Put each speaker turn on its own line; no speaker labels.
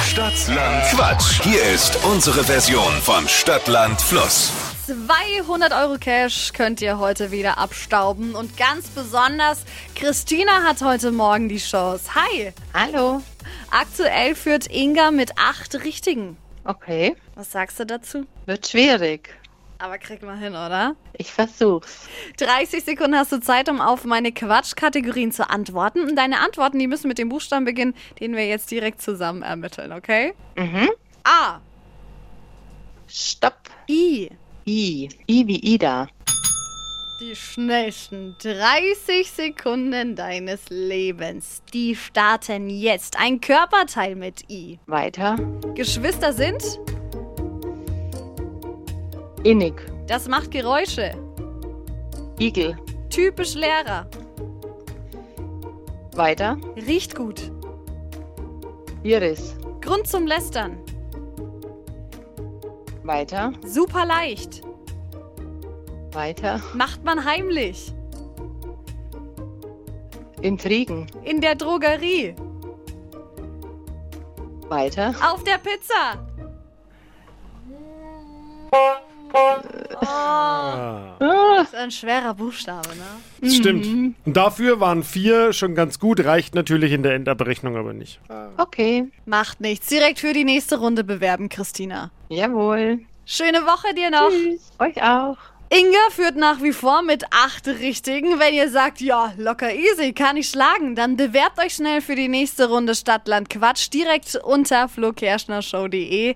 Stadtland Quatsch. Hier ist unsere Version von Stadtland Fluss.
200 Euro Cash könnt ihr heute wieder abstauben. Und ganz besonders, Christina hat heute Morgen die Chance. Hi!
Hallo.
Aktuell führt Inga mit acht Richtigen.
Okay.
Was sagst du dazu?
Wird schwierig.
Aber krieg mal hin, oder?
Ich versuch's.
30 Sekunden hast du Zeit, um auf meine Quatschkategorien zu antworten. Und deine Antworten, die müssen mit dem Buchstaben beginnen, den wir jetzt direkt zusammen ermitteln, okay?
Mhm.
A.
Stopp.
I.
I. I wie Ida.
Die schnellsten 30 Sekunden deines Lebens. Die starten jetzt. Ein Körperteil mit I.
Weiter.
Geschwister sind?
Innig.
Das macht Geräusche.
Igel.
Typisch Lehrer.
Weiter.
Riecht gut.
Iris.
Grund zum Lästern.
Weiter.
Super leicht.
Weiter.
Macht man heimlich.
Intrigen.
In der Drogerie.
Weiter.
Auf der Pizza. Oh,
Ah,
ist ein schwerer Buchstabe, ne?
Das stimmt. Und dafür waren vier schon ganz gut, reicht natürlich in der Endabrechnung aber nicht.
okay.
Macht nichts. Direkt für die nächste Runde bewerben, Christina.
Jawohl.
Schöne Woche dir noch.
Tschüss. Euch auch.
Inga führt nach wie vor mit acht Richtigen. Wenn ihr sagt, ja, locker easy, kann ich schlagen, dann bewerbt euch schnell für die nächste Runde Stadtland Quatsch direkt unter flokerschnershow.de.